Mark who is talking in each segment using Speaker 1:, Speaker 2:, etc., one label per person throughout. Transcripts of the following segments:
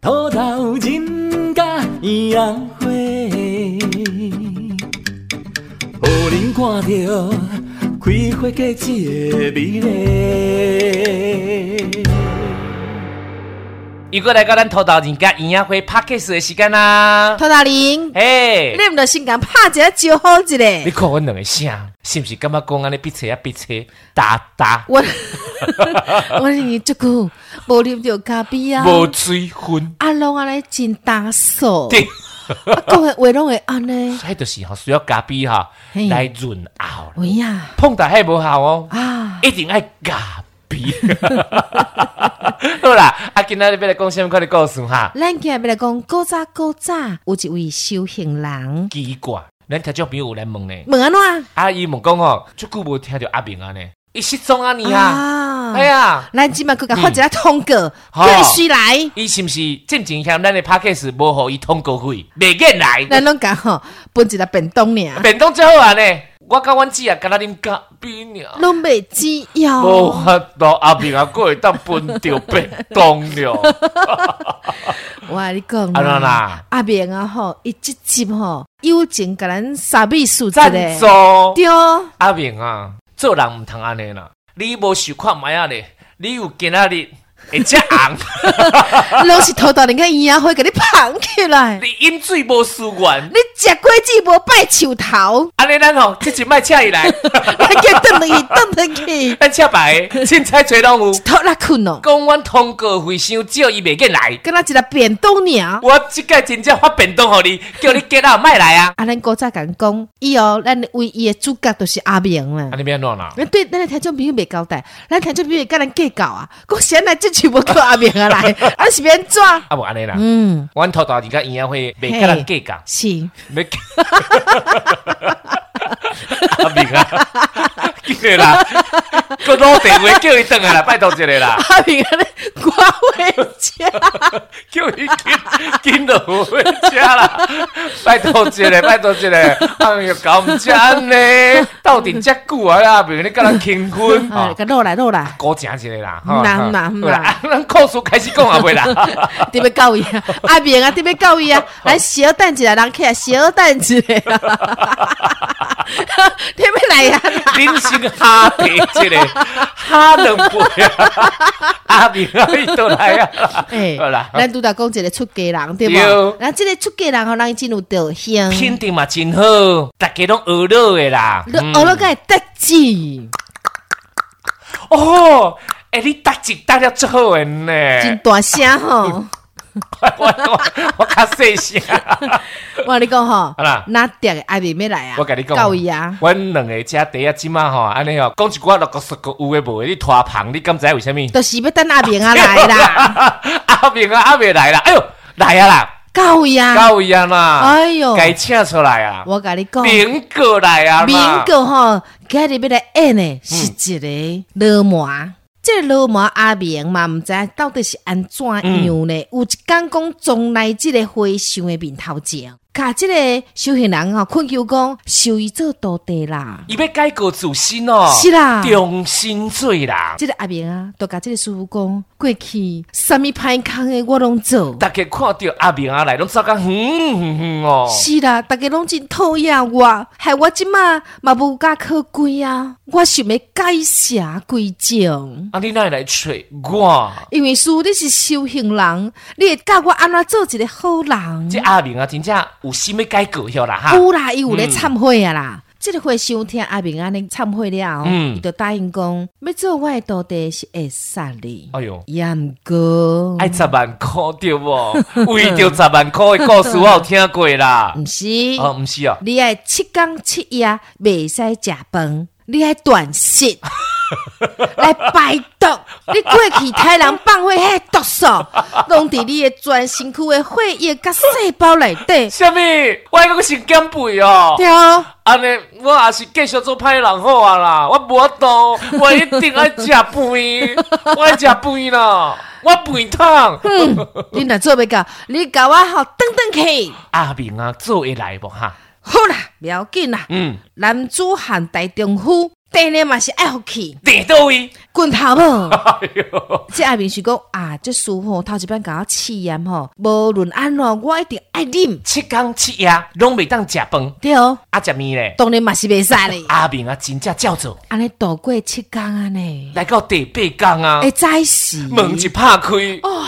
Speaker 1: 土豆仁甲洋花，互人看到开花季节的美丽。
Speaker 2: 又过来到咱土豆人甲营养会拍 case 的时间啦、
Speaker 3: 托大林，
Speaker 2: 嘿，
Speaker 3: 你毋着先共拍一个招呼一
Speaker 2: 你
Speaker 3: 个。
Speaker 2: 看阮两个声，是毋是感觉讲安尼逼车啊逼车，哒哒，
Speaker 3: 我我 是即久无啉着咖啡啊，
Speaker 2: 无水分，
Speaker 3: 啊拢安尼真打手，
Speaker 2: 对，
Speaker 3: 啊讲的话拢会安 尼。
Speaker 2: 迄就是吼需要咖啡哈
Speaker 3: 嘿
Speaker 2: 来润喉，
Speaker 3: 喂呀，
Speaker 2: 碰到迄无效哦，
Speaker 3: 啊，
Speaker 2: 一定爱咖啡。 好啦，啊，今仔日要来讲什么款的故事哈？
Speaker 3: 咱今日要来讲古早古早，有一位修行人，
Speaker 2: 奇怪，咱听众朋友有来问呢，
Speaker 3: 问安怎？
Speaker 2: 啊，伊问讲吼，足久无听着阿明啊呢，伊失踪啊你啊，
Speaker 3: 啊
Speaker 2: 哎呀。嗯
Speaker 3: 咱即麦佮甲发一个通告，
Speaker 2: 好
Speaker 3: 继续来，
Speaker 2: 伊是毋是进前嫌咱的 p a c a s e 无互伊通过费，袂瘾来？
Speaker 3: 咱拢讲吼，分一个便当尔，
Speaker 2: 便当最好啊呢！我甲阮姊啊，敢若啉咖啡尔，
Speaker 3: 拢袂只
Speaker 2: 啊无
Speaker 3: 要。
Speaker 2: 法度阿明啊，过会当分着便当 了。
Speaker 3: 我甲你讲啊
Speaker 2: 安怎啦，
Speaker 3: 阿明啊吼，伊即集吼，友情甲咱傻逼数一
Speaker 2: 赞
Speaker 3: 个，
Speaker 2: 助
Speaker 3: 嗯对，哦
Speaker 2: 阿明啊，做人毋通安尼啦，你无想看卖啊咧，你有今仔日会遮 红，
Speaker 3: 拢是头大人家营养会甲你捧起来，
Speaker 2: 你饮水无思源
Speaker 3: 你。食果子无拜树头，
Speaker 2: 安尼咱吼，即一摆请伊 来，
Speaker 3: 来叫邓去邓登去，
Speaker 2: 咱请白的，凊彩找拢有。
Speaker 3: 头拉困哦，
Speaker 2: 讲阮通告费伤少，伊袂瘾来。
Speaker 3: 敢若一个便当尔。
Speaker 2: 我即个真正发便当互 你，叫你今仔卖来啊！
Speaker 3: 啊，咱古早敢讲，以后咱唯一的主角就是阿明啦
Speaker 2: 啊，。你免乱啦！
Speaker 3: 咱对咱的听众朋友袂交代，咱听众朋友甲咱计较啊，讲先来这就无叫阿明 啊来，咱是免怎？
Speaker 2: 啊，无安尼啦，
Speaker 3: 嗯，
Speaker 2: 阮头大人家营养会袂甲人计较，
Speaker 3: 是，
Speaker 2: 要阿明 啊，记得啦，个老电话叫伊转来 啦，拜托一个啦，
Speaker 3: 阿明啊，你我啊回家，
Speaker 2: 叫伊紧紧到回家啦，拜托一个，拜托一个，哎呦，搞毋遮安尼，到底遮久啊，阿明你甲人轻 婚
Speaker 3: 哎
Speaker 2: 啊，
Speaker 3: 甲落来落来，
Speaker 2: 高诚一个啦，
Speaker 3: 嗯啦嗯啦
Speaker 2: 好
Speaker 3: 嗯
Speaker 2: 啦，
Speaker 3: 啦
Speaker 2: 啊咱故事开始讲啊， 袂啦。
Speaker 3: 得要教伊啊，阿明啊，得要教伊啊，来小等一下，人起来小等一下， 得要来啊，
Speaker 2: 人生哈白这个哈两杯啊， 阿明啊，伊倒来 啊，
Speaker 3: 哎
Speaker 2: 好啦，
Speaker 3: 咱拄着讲一个出家人对
Speaker 2: 对哦
Speaker 3: 无？咱即个出家人吼，人伊真有德行，
Speaker 2: 品定嘛真好，大家拢学乐的啦。嗯
Speaker 3: 你学了会得志。
Speaker 2: 哦，哎，你搭一搭了最好的呢，
Speaker 3: 真大声吼！
Speaker 2: 我我我较细声，
Speaker 3: 啊我跟你讲吼
Speaker 2: 好啦，
Speaker 3: 那嗲个阿妹要来啊！
Speaker 2: 我甲你讲，
Speaker 3: 教伊啊！
Speaker 2: 阮两个车底啊，即马吼，安尼吼，讲一寡六个十个有诶无诶，你拖棚，你敢知为 虾米？
Speaker 3: 就是要等阿明啊来啦，
Speaker 2: 阿明啊，阿未来啦，哎哟，来啊啦，
Speaker 3: 教伊啊！
Speaker 2: 到位啊啦，
Speaker 3: 哎哟，
Speaker 2: 该请出来啊。
Speaker 3: 我甲你讲，
Speaker 2: 明过来啊
Speaker 3: 明
Speaker 2: 嘛，
Speaker 3: 哥吼，今日要来演的是一个老麻。这个老麻阿明嘛，毋知到底是安怎样呢？有一天讲从来即个和尚的面头前，甲即个修行人吼，困求讲收伊做徒弟啦。
Speaker 2: 伊要改过自新哦，
Speaker 3: 是啦
Speaker 2: 重新做人。
Speaker 3: 即个阿明啊，都甲即个师傅讲，过去啥物歹空的我拢做。
Speaker 2: 大家看到阿明啊来，拢走甲远远远哦。
Speaker 3: 是啦，大家拢真讨厌我，害我即马嘛无甲靠规啊！我想要改邪归正，
Speaker 2: 啊，你哪会来找我？
Speaker 3: 因为师傅你是修行人，你会教我安怎做一个好
Speaker 2: 这
Speaker 3: 人。
Speaker 2: 阿明啊，真正有心要改过了啦哈。
Speaker 3: 有啦，伊有咧
Speaker 2: 嗯
Speaker 3: 忏悔啊啦。即个会想听阿明安尼忏悔了后，
Speaker 2: 嗯
Speaker 3: 伊就答应讲，要做我的徒弟是会杀你。
Speaker 2: 哎哟，
Speaker 3: 也毋过，
Speaker 2: 爱十万箍对 无？为着十万箍的故事，我有听过啦。
Speaker 3: 毋是，
Speaker 2: 哦，毋是哦，。
Speaker 3: 你爱七天七夜袂使食饭，你爱断食，来排毒。你过去太人放血迄毒素，拢伫你的全身躯的血液甲细胞内底
Speaker 2: 什么？我还讲是减肥 哦。
Speaker 3: 对哦，
Speaker 2: 安尼，我也是继续做歹人好啊啦，我无度，我一定爱食 饭，我爱食饭啦，我饭桶。
Speaker 3: 你若做袂到，你甲我好等等去。
Speaker 2: 阿明啊，做会来无哈？
Speaker 3: 好啦，不要紧啦。
Speaker 2: 嗯，
Speaker 3: 男子汉大丈夫，第二嘛是爱福气，
Speaker 2: 地倒位，
Speaker 3: 滚头无。
Speaker 2: 哎哟，
Speaker 3: 这阿明是讲啊，这师傅吼头一摆甲我试验吼，无论安怎，我一定爱啉。
Speaker 2: 七天七夜拢袂当食饭，
Speaker 3: 对哦，
Speaker 2: 啊食面咧，
Speaker 3: 当然嘛是袂使 咧。
Speaker 2: 阿明啊真正照做，
Speaker 3: 安尼度过七天 安尼，
Speaker 2: 来到第八天啊
Speaker 3: 会，早死。
Speaker 2: 门一拍开，
Speaker 3: 哦
Speaker 2: 哇！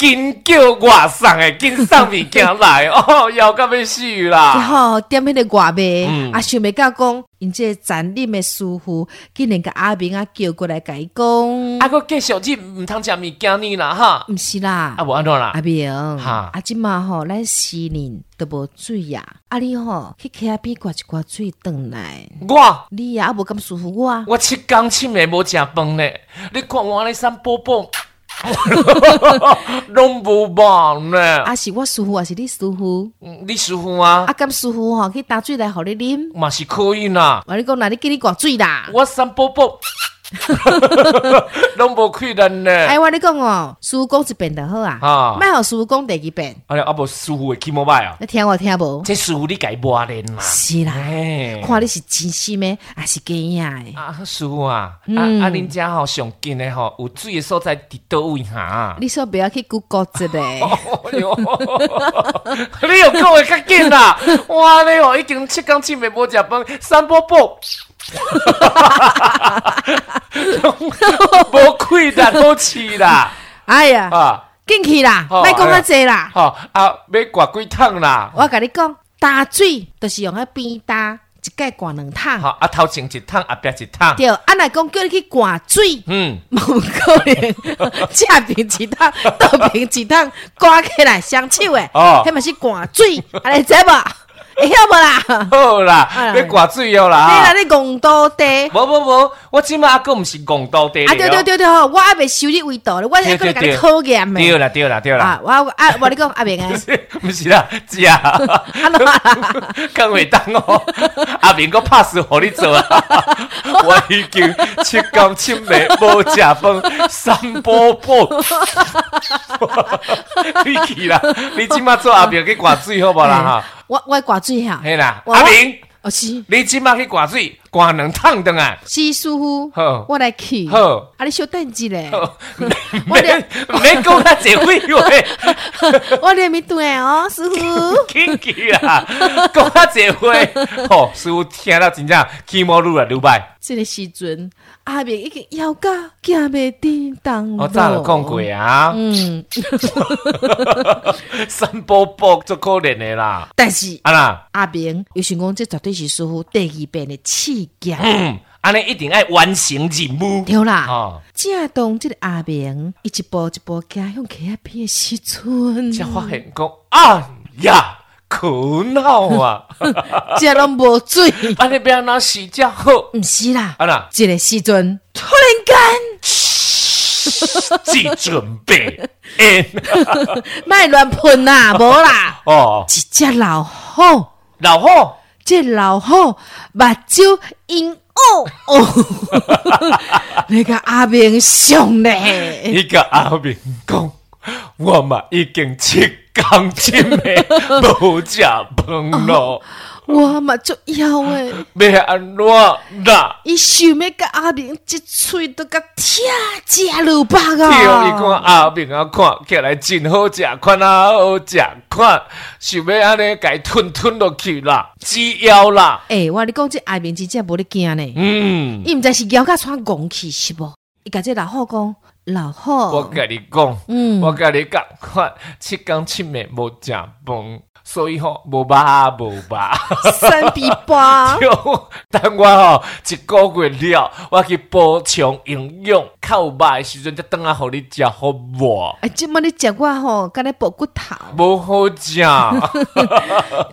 Speaker 2: 紧叫外送诶，紧送物件 来哦，枵到要死
Speaker 3: 然
Speaker 2: 啦！
Speaker 3: 后点迄个外卖，
Speaker 2: 嗯
Speaker 3: 啊，想袂到讲，因这残忍的师傅，竟然甲阿明啊叫过来甲伊讲，
Speaker 2: 啊，佫继续你毋通食物件呢啦哈！
Speaker 3: 毋是啦
Speaker 2: 啊，，无安怎啦
Speaker 3: 阿？明，
Speaker 2: 哈
Speaker 3: 啊，即嘛吼，咱西宁都无水啊，啊你吼去溪仔边挂一挂水转来，
Speaker 2: 我
Speaker 3: 你啊无咁舒服我啊，
Speaker 2: 我七天七夜无食饭咧，你看我咧三宝宝， 拢无望咧。
Speaker 3: 啊是我舒服还是你舒服？
Speaker 2: 嗯你师傅啊
Speaker 3: 啊，，咁舒服吼，去打水来互你啉。
Speaker 2: 嘛是可以啦。
Speaker 3: 我跟你讲，那你叫你挂水啦。
Speaker 2: 我三宝宝 拢无气力
Speaker 3: 哎，
Speaker 2: 呢。
Speaker 3: 我跟你讲哦，师傅讲一遍就好啊
Speaker 2: 啊，
Speaker 3: 莫互师傅讲第二遍，
Speaker 2: 哎呀，啊无师傅会起膜拜啊，
Speaker 3: 你听我听无？
Speaker 2: 这师傅你家磨练啦。
Speaker 3: 是啦。
Speaker 2: 哎
Speaker 3: 看你是真心的还是假的。
Speaker 2: 啊，师傅啊，啊
Speaker 3: 嗯
Speaker 2: 啊，恁遮吼上近的吼，有水的所在伫倒位哈？
Speaker 3: 你说不要去 Google 这 个，
Speaker 2: 哎呦，你又讲的较紧啦！哇，你哦已经七天七夜无食饭，三宝 宝， 无气力好饲啦！
Speaker 3: 哎呀，
Speaker 2: 啊，
Speaker 3: 进去啦，
Speaker 2: 哦
Speaker 3: 莫讲
Speaker 2: 哎
Speaker 3: 遐
Speaker 2: 呀
Speaker 3: 济啦。
Speaker 2: 吼啊，要挂几桶啦？
Speaker 3: 我甲你讲，打水就是用迄边打，一盖灌两桶。
Speaker 2: 好啊，头前一桶，后壁一桶。
Speaker 3: 对，啊若讲叫你去灌水，
Speaker 2: 嗯，
Speaker 3: 冇可能，正平一桶，倒平一桶，挂起来双手诶，
Speaker 2: 哦
Speaker 3: 迄嘛是灌水，安尼知 无？会晓无啦？
Speaker 2: 好啦
Speaker 3: 哎，
Speaker 2: 要挂水了
Speaker 3: 你
Speaker 2: 啦
Speaker 3: 若。你戆多地。
Speaker 2: 无无无，我即马还佫毋是戆到地
Speaker 3: 啊对对对对，吼我还未收你味道咧，我还搁
Speaker 2: 对
Speaker 3: 甲你
Speaker 2: 对对
Speaker 3: 考验
Speaker 2: 对
Speaker 3: 诶。
Speaker 2: 啦对啦对啦。
Speaker 3: 啊，我啊，我跟你讲阿明诶。
Speaker 2: 毋是啦，是啊， 更袂当哦。 阿明哥拍死互你做啊！ 我已经七天七夜无食饭，三宝 宝。 你去啦！你即马做阿明去挂水 好无
Speaker 3: 嗯
Speaker 2: 啦？
Speaker 3: 我我挂水哈
Speaker 2: 哈，，嘿啦，
Speaker 3: 我
Speaker 2: 阿明，
Speaker 3: 哦是
Speaker 2: 你即马去挂水，挂两桶等来。
Speaker 3: 是师傅
Speaker 2: 好，
Speaker 3: 我来去，
Speaker 2: 好
Speaker 3: 啊你小等一下咧，我
Speaker 2: 免免讲遐济废 话，
Speaker 3: 我连咪对 哦，师傅，
Speaker 2: 去去啦，讲遐济话， 吼，师傅听了真正起毛愈来愈歹。
Speaker 3: 这个时阵阿明已经腰到行袂叮当
Speaker 2: 我哦早就讲过，啊，
Speaker 3: 嗯，
Speaker 2: 三宝宝足可怜的啦，
Speaker 3: 但是
Speaker 2: 啊啦，
Speaker 3: 阿明又想讲这绝对是师傅第二遍的试验，
Speaker 2: 嗯，安尼一定爱完成任务。
Speaker 3: 对啦。
Speaker 2: 哦，
Speaker 3: 正当这个阿明一步一步行向溪仔边的时阵，
Speaker 2: 才发现讲啊呀，苦恼 啊，
Speaker 3: 这拢无水，
Speaker 2: 安尼要安怎是才好？
Speaker 3: 毋是啦。
Speaker 2: 啊啦，
Speaker 3: 这个时阵突然间。
Speaker 2: 即准备，嗯
Speaker 3: 卖乱喷啦，无啦，
Speaker 2: 哦，
Speaker 3: 一只老虎，
Speaker 2: 老虎，
Speaker 3: 这老虎目睭阴乌乌， 你个阿明上咧，
Speaker 2: 伊甲阿明讲，我嘛已经七天七夜无食饭咯，
Speaker 3: 我嘛足枵诶，
Speaker 2: 要安怎啦？
Speaker 3: 伊想要甲阿明一喙都甲拆食落腹
Speaker 2: 对，伊看
Speaker 3: 啊！
Speaker 2: 阿明啊，看起来真好食，看啊好食，看想要安尼家吞吞落去啦，只要啦，
Speaker 3: 诶、我跟你讲这阿明真正无咧惊呢，
Speaker 2: 嗯，
Speaker 3: 伊毋知是枵甲喘戆去是无？伊甲这老虎讲，老
Speaker 2: 我
Speaker 3: 虎，
Speaker 2: 甲你讲，
Speaker 3: 哦嗯
Speaker 2: 我甲你讲，看七天七夜无食饭，所以吼无肉无肉。。
Speaker 3: 三比八
Speaker 2: 对等我吼一个月了，我去补充营养，较有肉的时阵才等下互你食好无？
Speaker 3: 啊，即满你食我吼，敢咧补骨 头。
Speaker 2: 无好食，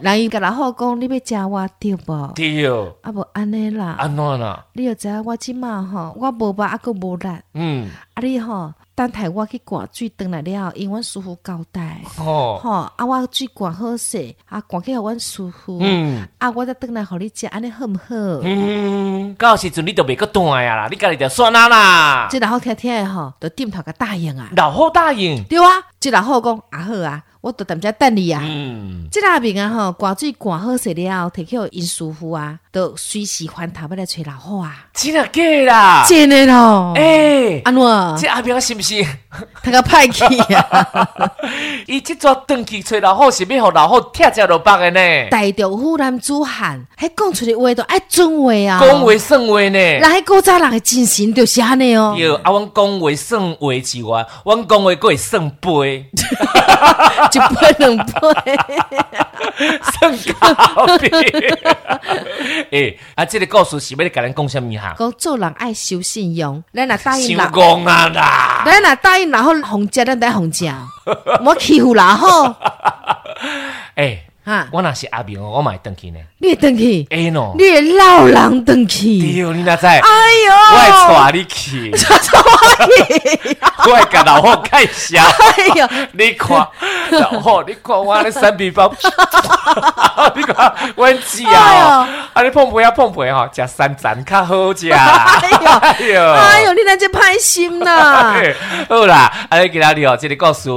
Speaker 3: 人伊甲老虎讲，你要食我对无？
Speaker 2: 对，
Speaker 3: 啊无安尼啦，
Speaker 2: 安怎啦？
Speaker 3: 你要知影我即满吼，我无肉啊，佫无力，啊
Speaker 2: 嗯，
Speaker 3: 你吼，等待我去灌水倒来了，因为阮师傅交代，
Speaker 2: 吼、
Speaker 3: 吼啊我水灌好势，啊灌起互阮师傅，
Speaker 2: 嗯。
Speaker 3: 啊我再倒来互你食，安尼好毋好？
Speaker 2: 嗯，到时阵你就袂个断啊啦，你家己就算啊啦。嗯
Speaker 3: 即老好听听的吼，就点头甲答应啊，
Speaker 2: 老虎答应，
Speaker 3: 对啊，即个好讲啊好啊，我都踮遮等你啊。
Speaker 2: 嗯，
Speaker 3: 即阿明啊吼，挂水挂好势了后，摕去互因师傅啊，都随时翻头要来找老虎啊，
Speaker 2: 真的假啦？
Speaker 3: 真诶咯。
Speaker 2: 诶，
Speaker 3: 安
Speaker 2: 啊哎这
Speaker 3: 怎
Speaker 2: 阿明是不是？
Speaker 3: 他个歹去啊！
Speaker 2: 伊即阵转去找老虎，是要互老虎拆只落北的呢？
Speaker 3: 大丈夫男子汉，迄讲出来话都爱准话啊！
Speaker 2: 讲话算话呢？
Speaker 3: 人迄古早人的精神就是安尼哦，
Speaker 2: 对，啊，阮讲话算话之外，阮讲话佫会算杯，
Speaker 3: 一杯两杯，
Speaker 2: 算咖啡。诶，啊，即个故事是要甲咱讲什么哈？
Speaker 3: 讲做人爱守信用，咱若答应
Speaker 2: 想
Speaker 3: 人，
Speaker 2: 讲啊啦！
Speaker 3: 咱若答应然后红食，咱得红食，莫欺负人吼！
Speaker 2: 诶，
Speaker 3: 哈，
Speaker 2: 哎我若是阿明哦，我嘛会转去呢。
Speaker 3: 你会转去，
Speaker 2: 会喏
Speaker 3: 你，会老人转
Speaker 2: 对，
Speaker 3: 去，
Speaker 2: 你哦哪知？我
Speaker 3: 哎哟，
Speaker 2: 会带你 去，我会甲老虎介绍。
Speaker 3: 哎哟，
Speaker 2: 你看，老虎，你看我咧三皮包， 你看我姊
Speaker 3: 哎
Speaker 2: 啊，啊你碰杯啊碰杯吼，食三层较好 食。
Speaker 3: 哎哟，
Speaker 2: 哎呦，
Speaker 3: 哎呦，你那真歹心呐
Speaker 2: 哎好啦，啊你今仔日哦，这个故事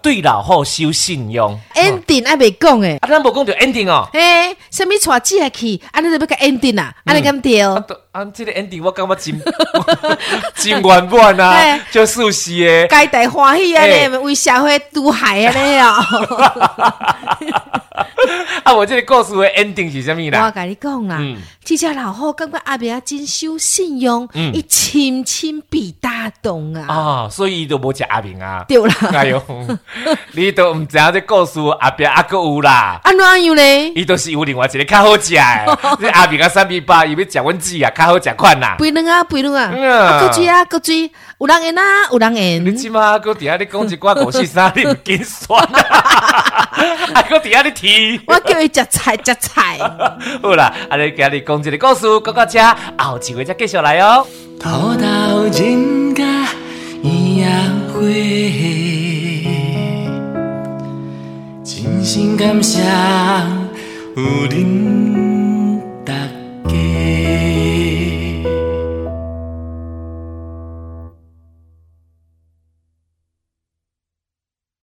Speaker 2: 对老虎守信用。嗯
Speaker 3: ！ending 还未讲诶，
Speaker 2: 啊，咱无讲着 ending 哦。
Speaker 3: 诶，什么带子下去，安尼就要甲 ending 啊，安尼敢对？
Speaker 2: 啊，都啊，这个 ending 我感觉 真真圆满啊
Speaker 3: 哎，
Speaker 2: 就熟悉 诶。
Speaker 3: 该大欢喜安
Speaker 2: 哎
Speaker 3: 尼，为社会拄害安 尼哦。
Speaker 2: 啊，我这个故事的 ending 是啥物
Speaker 3: 我
Speaker 2: 啦？
Speaker 3: 甲你讲啦
Speaker 2: 嗯，
Speaker 3: 即只老虎感觉阿伯啊真守信用，
Speaker 2: 嗯
Speaker 3: 伊深深被打动啊，
Speaker 2: 啊，所以伊都无食阿明啊。
Speaker 3: 对啦。
Speaker 2: 哎哟，你都毋知影这故事后壁还佫有啦。
Speaker 3: 安怎样咧？
Speaker 2: 伊都是有另外一个较好食诶，这阿明啊三米八，伊要食阮姊啊，较好食款啦。
Speaker 3: 肥卵啊，肥卵啊
Speaker 2: 嗯啊
Speaker 3: 啊，各水啊，各水，有人缘啊，有人
Speaker 2: 你
Speaker 3: 缘。
Speaker 2: 即马搁伫遐咧讲一寡五四三，你毋紧算啊？还搁伫遐咧提。
Speaker 3: 我叫伊食菜，食菜。
Speaker 2: 好啦，啊，你今日讲一个故事，讲到遮，后一回再继续来哦。
Speaker 1: 土豆仁甲鸳鸯花，真心感谢有恁。